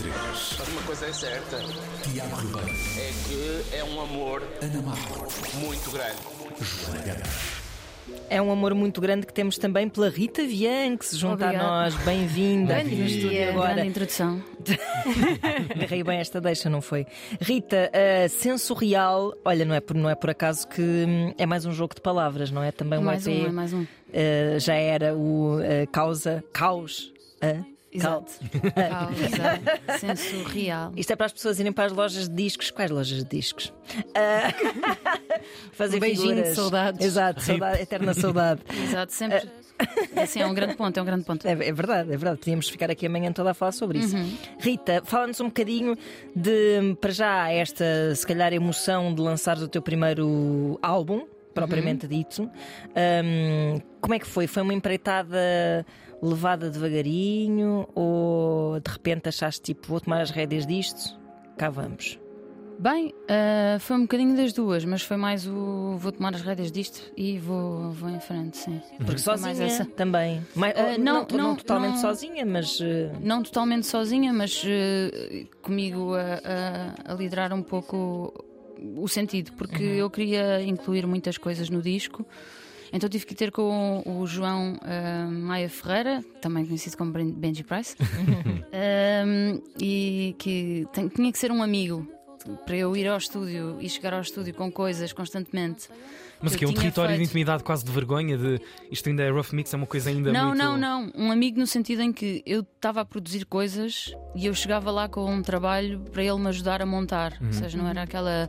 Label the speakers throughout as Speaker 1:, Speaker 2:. Speaker 1: três.
Speaker 2: Mas uma coisa é certa,
Speaker 1: Tiago Ribeiro,
Speaker 2: é que é um amor
Speaker 1: Ana Marco,
Speaker 2: muito grande.
Speaker 1: Joana Gama.
Speaker 3: É um amor muito grande que temos também pela Rita Vian, que se junta
Speaker 4: Obrigada.
Speaker 3: a nós. Bem-vinda aqui no estúdio agora.
Speaker 4: Tá grande introdução.
Speaker 3: Agarrei bem esta deixa, não foi? Rita, uh, senso real, olha, não é, por, não é por acaso que hum, é mais um jogo de palavras, não é? Também um
Speaker 4: mais
Speaker 3: EP.
Speaker 4: um, é mais um.
Speaker 3: Uh, já era o uh, causa, caos. hã?
Speaker 4: Exato.
Speaker 3: É.
Speaker 4: Ah, exato. Senso real.
Speaker 3: Isto é para as pessoas irem para as lojas de discos. Quais lojas de discos? Ah, fazer
Speaker 4: Um beijinho de
Speaker 3: figuras.
Speaker 4: saudades.
Speaker 3: Exato, saudade, eterna saudade.
Speaker 4: Exato, sempre. Assim, é um grande ponto, é um grande ponto.
Speaker 3: É, é verdade, é verdade. Podíamos ficar aqui amanhã toda a falar sobre isso.
Speaker 4: Uhum.
Speaker 3: Rita, fala-nos um bocadinho de, para já, esta, se calhar, emoção de lançares o teu primeiro álbum, propriamente
Speaker 4: Uhum.
Speaker 3: dito. Hum, como é que foi? Foi uma empreitada levada devagarinho ou de repente achaste tipo, vou tomar as rédeas disto? Cá vamos.
Speaker 4: Bem, ah, foi um bocadinho das duas, mas foi mais o vou tomar as rédeas disto e vou, vou em frente, sim.
Speaker 3: Porque
Speaker 4: Uhum. Foi
Speaker 3: sozinha
Speaker 4: mais essa.
Speaker 3: também. Mai-
Speaker 4: Ah,
Speaker 3: oh,
Speaker 4: não,
Speaker 3: não, não,
Speaker 4: não,
Speaker 3: totalmente
Speaker 4: não.
Speaker 3: sozinha, mas eh,
Speaker 4: Não totalmente sozinha, mas eh, comigo a, a- a liderar um pouco o sentido, porque eu queria incluir muitas coisas no disco. Então tive que ter com o João eh, Maia Ferreira, também conhecido como Ben- Benji Price, ehm, e que tem- tinha que ser um amigo para eu ir ao estúdio e chegar ao estúdio com coisas constantemente.
Speaker 5: Mas
Speaker 4: que
Speaker 5: que é
Speaker 4: eu
Speaker 5: um
Speaker 4: tinha
Speaker 5: território de
Speaker 4: feito.
Speaker 5: intimidade quase de vergonha de isto ainda é rough mix, é uma coisa ainda
Speaker 4: Não,
Speaker 5: muito.
Speaker 4: não, não. Um amigo no sentido em que eu estava a produzir coisas e eu chegava lá com um trabalho para ele me ajudar a montar.
Speaker 5: Uhum.
Speaker 4: Ou seja, não era aquela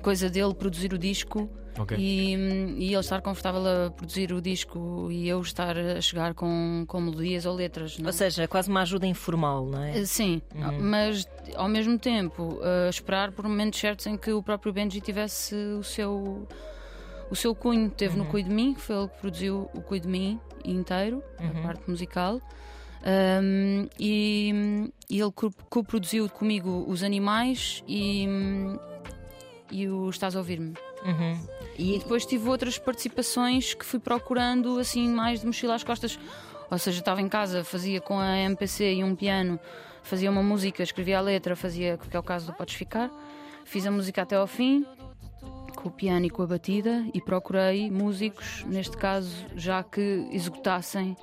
Speaker 4: coisa dele produzir o disco
Speaker 5: Ok.
Speaker 4: e, e ele estar confortável a produzir o disco e eu estar a chegar com, com melodias ou letras. não? é?
Speaker 3: ou seja, quase uma ajuda informal, não é?
Speaker 4: Eh, Sim, mas ao mesmo tempo eh, esperar por momentos certos em que o próprio Benji tivesse o seu o seu cunho teve
Speaker 3: Uhum.
Speaker 4: no Cuido de Mim, que foi ele que produziu o Cuido de Mim inteiro, a
Speaker 3: Uhum.
Speaker 4: parte musical. Ahm, e, e ele co- co-produziu comigo Os Animais e, e o Estás a Ouvir-me.
Speaker 3: Uhum.
Speaker 4: E depois tive outras participações que fui procurando assim mais de mochila às costas. Ou seja, estava em casa, fazia com a MPC e um piano, fazia uma música, escrevia a letra, fazia, que é o caso do Podes Ficar. Fiz a música até ao fim, com o piano e com a batida, e procurei músicos, neste caso, já que executassem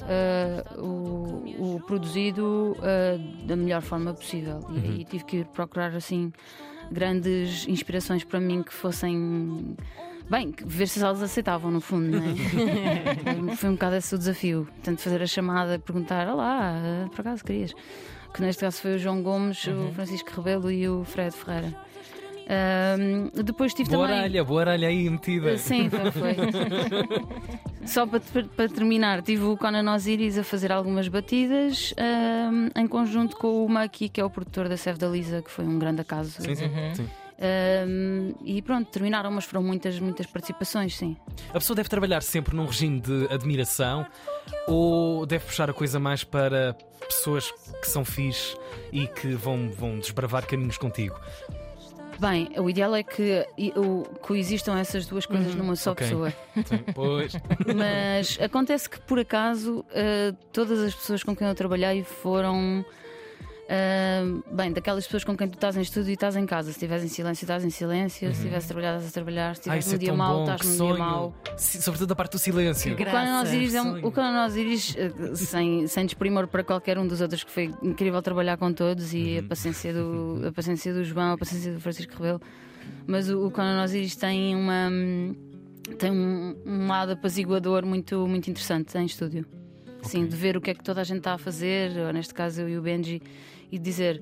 Speaker 4: ah, o, o produzido ah, da melhor forma possível. E,
Speaker 5: Uhum.
Speaker 4: e tive que ir procurar assim grandes inspirações para mim que fossem. Bem, que- ver se elas aceitavam, no fundo, não é? Foi um bocado esse o desafio. Tanto fazer a chamada, perguntar: Olá, ah, por acaso querias? Que neste caso foi o João Gomes,
Speaker 5: Uhum.
Speaker 4: o Francisco Rebelo e o Fred Ferreira. Ah, depois tive
Speaker 5: Boa
Speaker 4: também.
Speaker 5: orelha, boa orelha aí metida.
Speaker 4: Sim, foi. foi. Só para, para- para terminar, tive o Conan Osiris a fazer algumas batidas ahm, em conjunto com o Maki, que é o produtor da Seve da Lisa, que foi um grande acaso.
Speaker 5: Sim, sim,
Speaker 4: Uhum.
Speaker 5: sim.
Speaker 4: Ahm, e pronto, terminaram, mas foram muitas, muitas participações, sim.
Speaker 5: A pessoa deve trabalhar sempre num regime de admiração ou deve puxar a coisa mais para pessoas que são fixe e que vão, vão desbravar caminhos contigo.
Speaker 4: Bem, o ideal é que i- o- coexistam essas duas coisas numa só
Speaker 5: Uhum. ok.
Speaker 4: pessoa.
Speaker 5: Sim, pois.
Speaker 4: Mas acontece que por acaso eh, todas as pessoas com quem eu trabalhei foram eh, bem, daquelas pessoas com quem tu estás em estúdio e estás em casa. Se estiveres em silêncio, estás em silêncio. Se estiveres a trabalhar, estás a trabalhar. Se
Speaker 5: Uhum. Ai,
Speaker 4: estiveres
Speaker 5: isso
Speaker 4: num
Speaker 5: é
Speaker 4: um dia
Speaker 5: tão
Speaker 4: mau,
Speaker 5: bom,
Speaker 4: estás
Speaker 5: que
Speaker 4: num
Speaker 5: sonho.
Speaker 4: dia mau.
Speaker 5: Si- Sobretudo a parte do silêncio.
Speaker 4: O Conan Osiris, é um, o Conan Osiris, eh, sem, sem desprimor para qualquer um dos outros, que foi incrível trabalhar com todos e a, paciência do, a paciência do João, a paciência do Francisco Rebelo. Mas o, o Conan Osiris tem uma. hum, tem um, um lado apaziguador muito, muito interessante em estúdio. Sim, de ver o que é que toda a gente está a fazer, ou neste caso eu e o Benji, e dizer.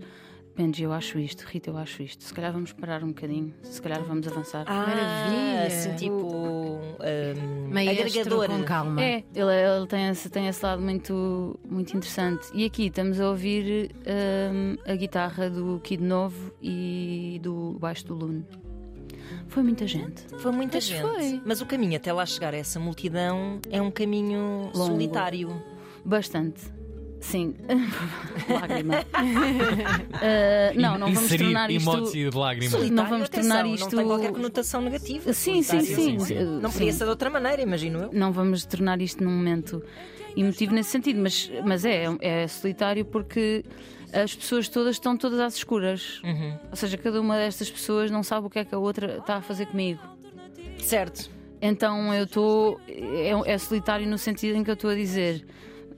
Speaker 4: Benji, eu acho isto, Rita, eu acho isto. Se calhar vamos parar um bocadinho, se calhar vamos avançar.
Speaker 3: Ah, Maravilha! Assim, tipo. Um,
Speaker 6: Maestro
Speaker 3: agregador.
Speaker 6: com calma.
Speaker 4: É, ele, ele tem, esse, tem esse lado muito, muito interessante. E aqui estamos a ouvir hum, a guitarra do Kid Novo e do baixo do Luno. Foi muita gente.
Speaker 3: Foi muita
Speaker 4: Mas
Speaker 3: gente.
Speaker 4: foi.
Speaker 3: Mas o caminho até lá chegar a essa multidão é um caminho
Speaker 4: Longo.
Speaker 3: solitário.
Speaker 4: Bastante. Sim. Lágrima. Ah, não, não vamos
Speaker 5: Inserir
Speaker 4: tornar
Speaker 5: emoji
Speaker 4: isto.
Speaker 5: de lágrima.
Speaker 3: Solitário,
Speaker 4: Não vamos
Speaker 3: atenção,
Speaker 4: tornar
Speaker 3: Não
Speaker 4: isto-
Speaker 3: tem qualquer conotação negativa.
Speaker 4: Sim, sim,
Speaker 3: solitário.
Speaker 4: sim.
Speaker 5: sim.
Speaker 3: Não podia ser de outra maneira, imagino eu.
Speaker 4: não vamos tornar isto num momento emotivo nesse sentido, mas, mas é, é solitário porque as pessoas todas estão todas às escuras.
Speaker 3: Uhum.
Speaker 4: Ou seja, cada uma destas pessoas não sabe o que é que a outra está a fazer comigo.
Speaker 3: Certo.
Speaker 4: Então eu estou. É, é solitário no sentido em que eu estou a dizer.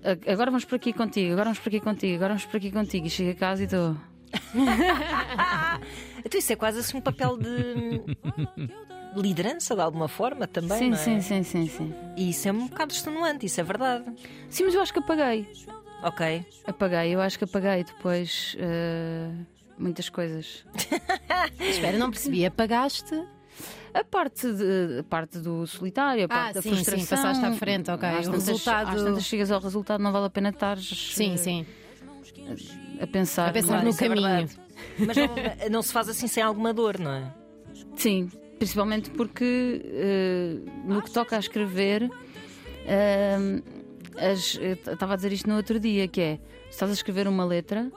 Speaker 4: "A- Agora vamos por aqui contigo, agora vamos por aqui contigo, agora vamos por aqui contigo. E chego a casa e estou.
Speaker 3: Então isso é quase assim um papel de liderança de alguma forma também.
Speaker 4: Sim,
Speaker 3: não é?
Speaker 4: sim, sim, sim, sim.
Speaker 3: E isso é um bocado extenuante, isso é verdade.
Speaker 4: Sim, mas eu acho que apaguei.
Speaker 3: Ok.
Speaker 4: Apaguei, eu acho que apaguei depois eh, muitas coisas.
Speaker 6: Espera, não percebi. Apagaste?
Speaker 4: A parte, de- a parte do solitário, a parte da
Speaker 6: Ah, sim,
Speaker 4: frustração.
Speaker 6: sim, passaste à frente, ok.
Speaker 4: Às
Speaker 6: O
Speaker 4: tantas,
Speaker 6: resultado-
Speaker 4: às tantas chegas ao resultado, não vale a pena estar
Speaker 6: Sim, sim. é
Speaker 4: a pensar.
Speaker 6: A Eh, pensar
Speaker 4: mais.
Speaker 6: no caminho.
Speaker 3: Mas não, não se faz assim sem alguma dor, não é?
Speaker 4: Sim, principalmente porque eh, no que toca a escrever, eh, as- eu t- estava a dizer isto no outro dia, que é estás a escrever uma letra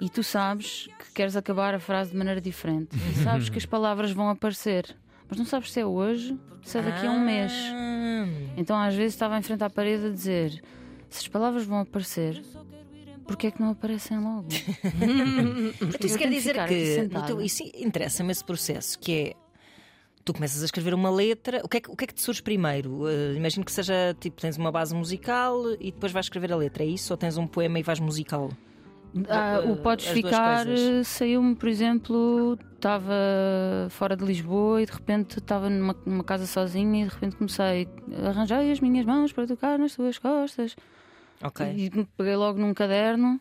Speaker 4: e tu sabes que queres acabar a frase de maneira diferente. E sabes que as palavras vão aparecer, mas não sabes se é hoje, se é daqui
Speaker 3: Ah.
Speaker 6: Ah.
Speaker 4: a um mês.
Speaker 3: Hum,
Speaker 4: Então às vezes estava em frente à parede a dizer se as palavras vão aparecer. Porquê é que não aparecem logo?
Speaker 3: Então isso
Speaker 4: Eu
Speaker 3: quer
Speaker 4: tenho que
Speaker 3: dizer
Speaker 4: ficar aqui
Speaker 3: que.
Speaker 4: sentada.
Speaker 3: então, isso interessa-me esse processo, que é. Tu começas a escrever uma letra, o que é que, o que, é que te surge primeiro? Eh, imagino que seja tipo, tens uma base musical e depois vais escrever a letra, é isso? Ou tens um poema e vais musical?
Speaker 4: Ah,
Speaker 3: Uh,
Speaker 4: o Podes
Speaker 3: as duas
Speaker 4: Ficar
Speaker 3: coisas.
Speaker 4: eh, saiu-me, por exemplo, estava fora de Lisboa e de repente estava numa, numa casa sozinha e de repente comecei arranjei as minhas mãos para tocar nas tuas costas
Speaker 3: Ok.
Speaker 4: e me peguei logo num caderno.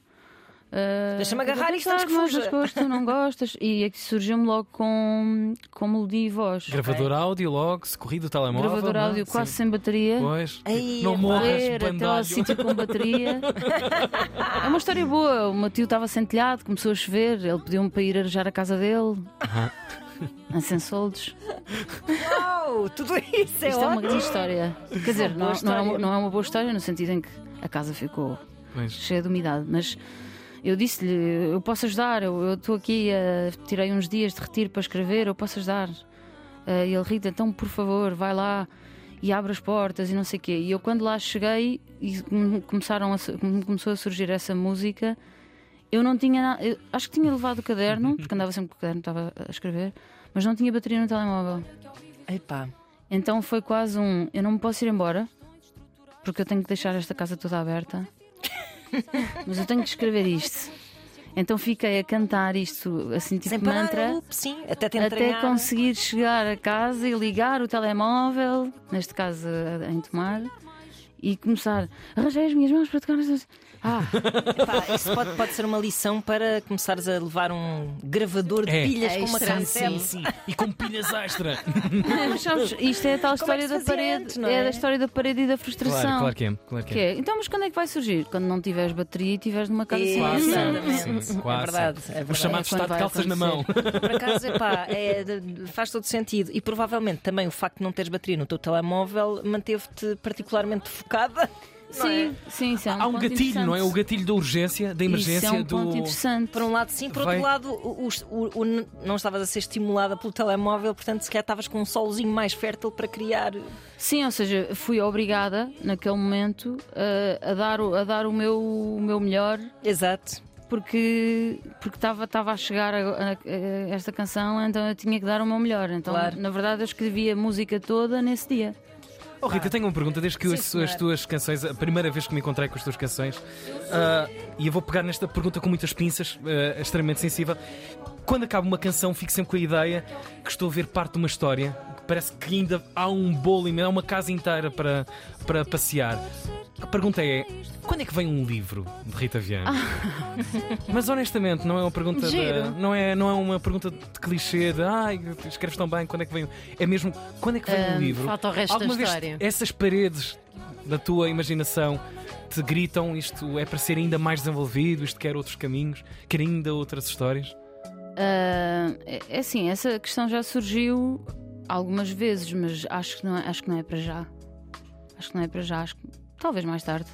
Speaker 4: eh,
Speaker 3: Deixa-me agarrar
Speaker 4: vou
Speaker 3: isto antes que
Speaker 4: tocar, mas
Speaker 3: fuja.
Speaker 4: depois tu não gostas. E é que surgiu-me logo com, com melodia e voz.
Speaker 5: Gravador áudio logo, se corri do telemóvel.
Speaker 4: Gravador
Speaker 5: não é?
Speaker 4: áudio quase
Speaker 5: Sim.
Speaker 4: sem bateria.
Speaker 5: Pois.
Speaker 3: Ai,
Speaker 5: não
Speaker 3: epá.
Speaker 5: morras,
Speaker 4: correr até ao
Speaker 5: bandalho.
Speaker 4: sítio com bateria. é uma história boa. O meu tio estava sem telhado, começou a chover, ele pediu-me para ir arejar a casa dele. Em Sem soldos.
Speaker 3: Uau, tudo isso é
Speaker 4: Isto é uma grande história. Quer dizer,
Speaker 3: boa
Speaker 4: não, não é uma,
Speaker 3: história.
Speaker 4: não é uma boa história no sentido em que a casa ficou
Speaker 5: Mas,
Speaker 4: cheia de umidade, mas eu disse-lhe: eu posso ajudar, eu eu estou aqui, eh, tirei uns dias de retiro para escrever, eu posso ajudar. Eh, E ele, Rita, então por favor, vai lá e abre as portas e não sei o quê. E eu, quando lá cheguei e come- começaram a su- come- começou a surgir essa música, eu não tinha nada, eu acho que tinha levado o caderno, porque andava sempre com o caderno, estava a escrever, mas não tinha bateria no telemóvel.
Speaker 3: Epá.
Speaker 4: Então foi quase um: eu não me posso ir embora porque eu tenho que deixar esta casa toda aberta, mas eu tenho que escrever isto. Então fiquei a cantar isto assim, tipo
Speaker 3: Sem parar,
Speaker 4: mantra,
Speaker 3: é loop, sim, até te
Speaker 4: até
Speaker 3: entranhar.
Speaker 4: conseguir chegar a casa e ligar o telemóvel, neste caso a- em tomar. E começar, arranjei as minhas mãos para tocar. nas- Ah,
Speaker 3: Epá, isso pode, pode ser uma lição para começares a levar um gravador de
Speaker 5: É.
Speaker 3: pilhas com uma
Speaker 6: Extra,
Speaker 3: cassete.
Speaker 6: sim.
Speaker 5: e com pilhas extra.
Speaker 4: mas sabes, isto é a tal história
Speaker 3: se
Speaker 4: da
Speaker 3: fazia
Speaker 4: parede.
Speaker 3: antes, não
Speaker 4: é?
Speaker 3: é?
Speaker 4: da história da parede e da frustração.
Speaker 5: claro, claro que é. Claro que
Speaker 4: Que
Speaker 5: é.
Speaker 4: é, então, mas quando é que vai surgir? Quando não tiveres bateria e tiveres numa casa sem
Speaker 5: Quase,
Speaker 4: luz.
Speaker 5: sim, sim, quase.
Speaker 3: É verdade, é
Speaker 5: O
Speaker 3: verdade.
Speaker 5: chamado estado
Speaker 4: quando
Speaker 5: de
Speaker 4: vai
Speaker 5: calças na mão.
Speaker 3: Por acaso, epá, é, de- de- faz todo sentido. E provavelmente também o facto de não teres bateria no teu telemóvel manteve-te particularmente focada. não é?
Speaker 4: Sim, sim, sim. é
Speaker 5: Há um
Speaker 4: ponto
Speaker 5: gatilho, não é? O
Speaker 4: interessante.
Speaker 5: gatilho da urgência, da
Speaker 4: Isso
Speaker 5: emergência,
Speaker 4: é um
Speaker 5: do.
Speaker 4: ponto interessante.
Speaker 3: Por um lado, sim, por outro
Speaker 5: Vai.
Speaker 3: lado, o- o- o- n- não estavas a ser estimulada pelo telemóvel, portanto, se calhar estavas com um solzinho mais fértil para criar.
Speaker 4: Sim, ou seja, fui obrigada naquele momento eh, a, dar, o- a dar o, meu, o meu melhor
Speaker 3: Exato.
Speaker 4: porque porque estava estava a chegar a, a- a esta canção, então eu tinha que dar o meu melhor. Então,
Speaker 3: Claro.
Speaker 4: na verdade, eu escrevi a música toda nesse dia.
Speaker 5: Oh, Rita, tenho uma pergunta. Desde que
Speaker 3: Sim,
Speaker 5: eu ouço as
Speaker 3: senhora.
Speaker 5: tuas canções, a primeira vez que me encontrei com as tuas canções, ah, e eu vou pegar nesta pergunta com muitas pinças, ah, extremamente sensível. Quando acaba uma canção, fico sempre com a ideia que estou a ver parte de uma história. que Parece que ainda há um bolo, ainda há uma casa inteira para, para passear. A pergunta é: quando é que vem um livro de Rita Viana? Mas honestamente, não é uma pergunta de-
Speaker 6: Giro.
Speaker 5: não é Não é uma pergunta de clichê de ai, escreves tão bem, quando é que vem. um-" É mesmo, quando é que vem um
Speaker 6: Hum,
Speaker 5: livro?
Speaker 6: falta o resto da
Speaker 5: Alguma vez
Speaker 6: história.
Speaker 5: essas paredes da tua imaginação te gritam isto é para ser ainda mais desenvolvido, isto quer outros caminhos, quer ainda outras histórias.
Speaker 4: Ah, é- é assim, essa questão já surgiu algumas vezes, mas acho que não é, acho que não é para já. Acho que não é para já, acho que talvez mais tarde.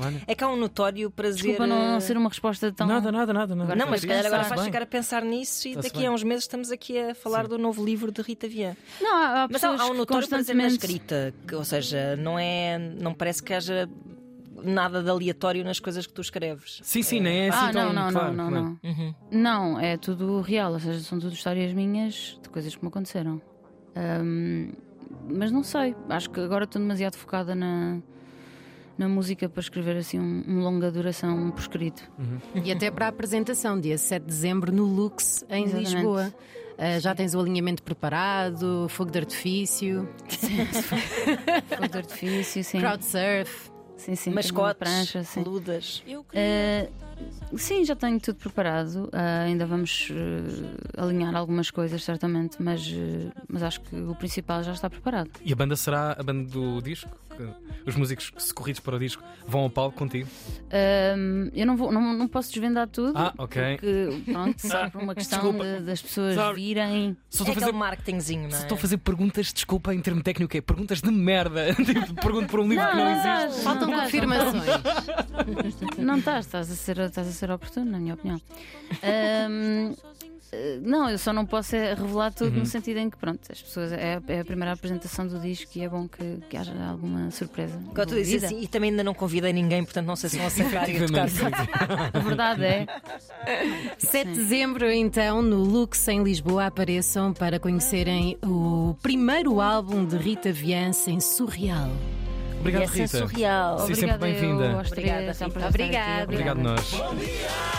Speaker 5: Olha.
Speaker 3: É que há um notório prazer.
Speaker 4: Desculpa não, não
Speaker 3: eh,
Speaker 4: ser um uma resposta tão.
Speaker 5: nada, nada, nada, nada.
Speaker 3: Não, mas se calhar agora
Speaker 4: Está-se
Speaker 3: vais
Speaker 5: bem.
Speaker 3: ficar a pensar nisso e
Speaker 5: Está-se
Speaker 3: daqui
Speaker 5: bem.
Speaker 3: a uns meses estamos aqui a falar do novo livro de Rita Vian.
Speaker 4: Não, há, há
Speaker 3: Mas há,
Speaker 4: pessoas
Speaker 3: há um
Speaker 4: que
Speaker 3: notório prazer na
Speaker 4: constantemente.
Speaker 3: escrita, que, ou seja, não é. não parece que haja nada de aleatório nas coisas que tu escreves.
Speaker 5: Sim, sim, nem é assim
Speaker 4: Ah,
Speaker 5: tão
Speaker 4: não, não,
Speaker 5: claro.
Speaker 4: não, não,
Speaker 5: claro.
Speaker 4: não. Não, é tudo real, ou seja, são tudo histórias minhas de coisas que me aconteceram. Ahm, mas não sei, acho que agora estou demasiado focada na, na música para escrever assim um, um longa duração por escrito.
Speaker 6: E até para a apresentação, dia 7 de dezembro, no Lux, em
Speaker 4: Exatamente.
Speaker 6: Lisboa. Ah, já tens o alinhamento preparado, fogo de artifício,
Speaker 4: Fogo de artifício, sim.
Speaker 6: crowd surf.
Speaker 4: Sim, sim. tenho uma
Speaker 3: Mascotes,
Speaker 4: prancha, sim.
Speaker 3: ludas.
Speaker 4: Eh, sim, já tenho tudo preparado. eh, ainda vamos eh, alinhar algumas coisas, certamente, mas, eh, mas acho que o principal já está preparado.
Speaker 5: E a banda será a banda do disco? Que Os músicos que se corridos para o disco vão ao palco contigo?
Speaker 4: Ahm, eu não, vou, não, não posso desvendar tudo.
Speaker 5: Ah, ok.
Speaker 4: Porque, pronto, só por uma questão
Speaker 5: Desculpa.
Speaker 4: de- das pessoas
Speaker 5: Sorry.
Speaker 4: virem.
Speaker 5: Só estou
Speaker 3: é
Speaker 5: a fazer.
Speaker 3: aquele marketingzinho, não
Speaker 5: só
Speaker 3: é?
Speaker 5: Estou a fazer perguntas, desculpa, em termo técnico, é perguntas de merda. Tipo, pergunto por um livro que não existe.
Speaker 4: estás.
Speaker 6: Faltam
Speaker 4: Ah, não estás,
Speaker 6: confirmações.
Speaker 4: Não estás, estás a ser, estás a ser oportuno, na minha opinião. Ahm, eh, não, eu só não posso é revelar tudo
Speaker 5: Uhum.
Speaker 4: no sentido em que, pronto, as pessoas. É, é a primeira apresentação do disco e é bom que, que haja alguma surpresa.
Speaker 3: Quando tu dizes
Speaker 4: envolvida.
Speaker 3: assim, e também ainda não convidei ninguém, portanto não sei se vão aceitar e tocar.
Speaker 4: A verdade é.
Speaker 6: 7 de dezembro, então, no Lux, em Lisboa, apareçam para conhecerem o primeiro álbum de Rita Viança em Surreal.
Speaker 5: Obrigado,
Speaker 3: Essa é
Speaker 5: Rita.
Speaker 3: surreal.
Speaker 5: Sim, sempre
Speaker 4: Obrigada eu
Speaker 5: bem-vinda.
Speaker 4: aos três,
Speaker 3: Obrigada,
Speaker 4: sempre
Speaker 3: Rita.
Speaker 4: a estar aqui.
Speaker 6: Obrigada.
Speaker 5: Obrigado, nós.